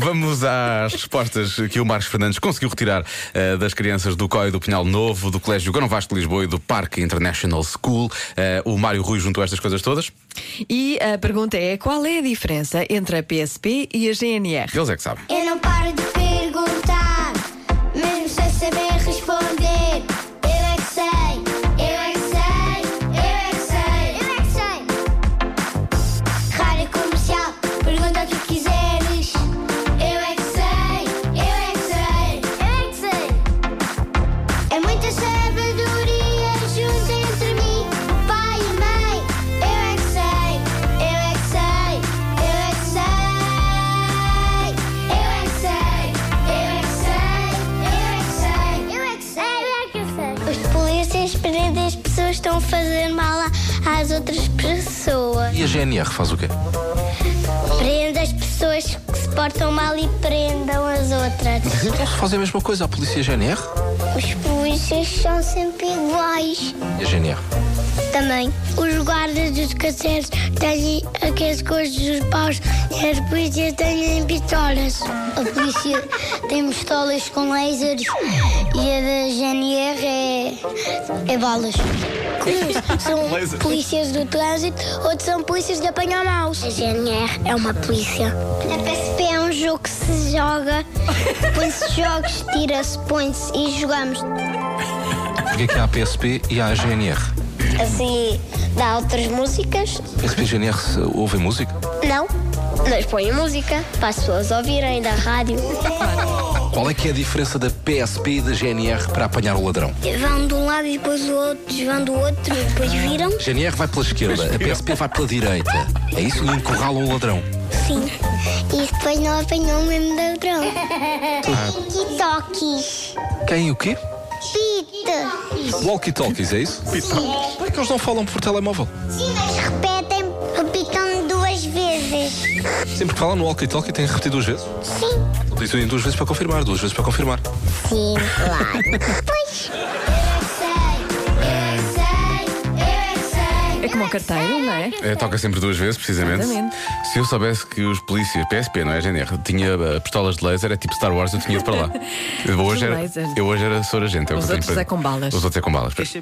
Vamos às respostas que o Marcos Fernandes conseguiu retirar eh, das crianças do COI do Pinhal Novo, do Colégio Gão Vasco de Lisboa e do Parque International School. Eh, o Mário Rui juntou estas coisas todas. E a pergunta é: qual é a diferença entre a PSP e a GNR? Eles é que sabem. Eu não paro de perguntar, mesmo sem saber responder. Eu é que sei, eu é que sei, eu é que sei, eu é que sei. Rádio comercial, pergunta o que quiseres. Eu é que sei, eu é que sei, eu é que sei. É muita sabedoria junto entre mim, pai e mãe. Eu é que sei, eu é que sei, eu é que sei. Eu é que sei, eu é que sei, eu é que sei, eu é que sei. Os polícias prendem as pessoas que estão a fazer mal às outras pessoas. E a GNR faz o quê? Prendem as pessoas que se portam mal e prendam as outras. Então se fazem a mesma coisa a polícia GNR Os polícias são sempre iguais. e a GNR. Também. Os guardas dos caseros têm aquelas coisas dos paus É e as polícias têm pistolas. A polícia tem pistolas com lasers e a da GNR é, é balas. Uns são Laser. polícias do trânsito, outros são polícias de apanhar maus. A GNR é uma polícia. A PSP é um jogo que se joga, põe-se jogos, tira-se, põe-se e jogamos. Porquê que há a PSP e há a GNR? Assim dá outras músicas, PSP e GNR se ouvem música? Não, mas põe música para as pessoas ouvirem da rádio. Qual é que é a diferença da PSP e da GNR para apanhar o ladrão? Vão de um lado e depois do outro, vão do outro e depois viram? A GNR vai pela esquerda, a PSP vai pela direita. É isso que encurralam o ladrão. Sim. E depois não apanham o mesmo ladrão. Tiki-tokis. Quem e o quê? Pita. Walkie-talkies, é isso? Como é que eles não falam por telemóvel? Mas repetem, repitam duas vezes. Sempre que falam no walkie-talkie têm que repetir duas vezes. Sim. Dizem duas vezes para confirmar, duas vezes para confirmar. Sim, claro. Pois. É como o carteiro, não é? Eh, toca sempre duas vezes, precisamente. Exatamente. Se eu soubesse que os polícias, PSP, não é GNR, tinha eh, pistolas de laser, é tipo Star Wars, eu tinha ido para lá. Eu hoje, De era, laser. eu hoje era sou agente. é o Os que eu tenho outros para- é com balas. Os outros é com balas. pois.